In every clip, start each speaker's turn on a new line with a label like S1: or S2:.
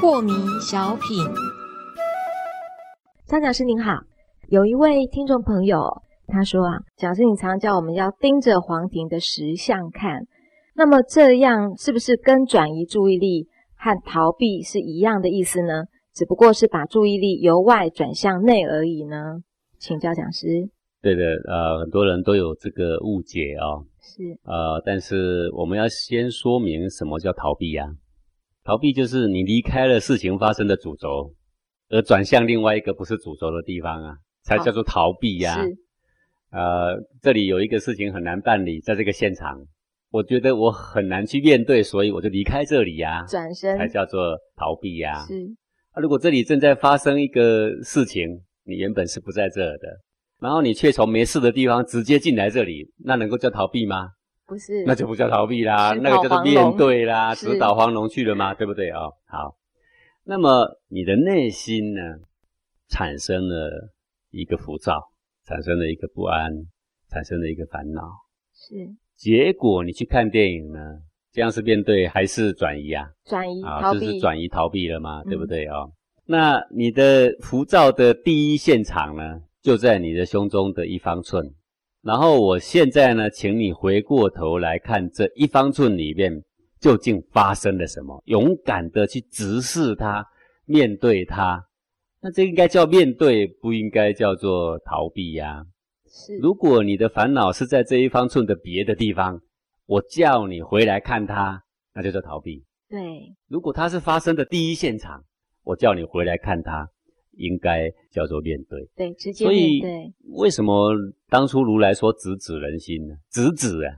S1: 破迷小品，张讲师您好，有一位听众朋友他说啊，讲师你常叫我们要盯着黄庭的石像看，那么这样是不是跟转移注意力和逃避是一样的意思呢？只不过是把注意力由外转向内而已呢？请教讲师。
S2: 对的，呃，很多人都有这个误解哦，
S1: 是
S2: 呃，但是我们要先说明什么叫逃避呀、逃避就是你离开了事情发生的主轴，而转向另外一个不是主轴的地方啊，才叫做逃避呀、
S1: 是
S2: 呃，这里有一个事情很难办理，在这个现场，我觉得我很难去面对，所以我就离开这里呀、
S1: 转身
S2: 才叫做逃避呀、
S1: 是
S2: 啊，如果这里正在发生一个事情，你原本是不在这儿的，然后你却从没事的地方直接进来这里，那能够叫逃避吗？
S1: 不是？
S2: 那就不叫逃避啦，
S1: 直捣
S2: 那个叫做
S1: 黄龙
S2: 面对啦，
S1: 是
S2: 直捣黄龙去了嘛，对不对啊、好，那么你的内心呢，产生了一个浮躁，产生了一个不安，产生了一个烦恼。
S1: 是
S2: 结果你去看电影呢，这样是面对还是转移啊？
S1: 转移
S2: 啊，
S1: 逃
S2: 就
S1: 避，
S2: 是转移逃避了嘛，
S1: 嗯
S2: 对不对哦？那你的浮躁的第一现场呢，就在你的胸中的一方寸。然后我现在呢，请你回过头来看这一方寸里面究竟发生了什么，勇敢的去直视它，面对它。那这应该叫面对，不应该叫做逃避呀、
S1: 是
S2: 如果你的烦恼是在这一方寸的别的地方，我叫你回来看它，那就叫逃避。
S1: 对
S2: 如果它是发生的第一现场，我叫你回来看它，应该叫做面对。
S1: 对，直接
S2: 所
S1: 面
S2: 以
S1: 对，
S2: 为什么当初如来说直指人心呢？直指啊，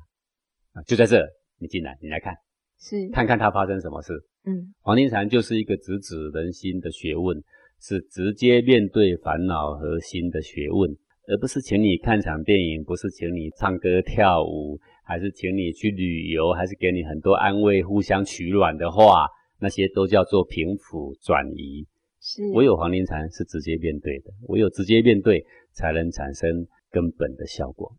S2: 啊就在这，你进来，你来看，
S1: 是
S2: 看看它发生什么事。
S1: 嗯
S2: 黄庭禅就是一个直指人心的学问，是直接面对烦恼核心的学问，而不是请你看场电影，不是请你唱歌跳舞，还是请你去旅游，还是给你很多安慰、互相取暖的话，那些都叫做平复转移。
S1: 是，
S2: 唯有黄庭禅是直接面对的，唯有直接面对，才能产生根本的效果。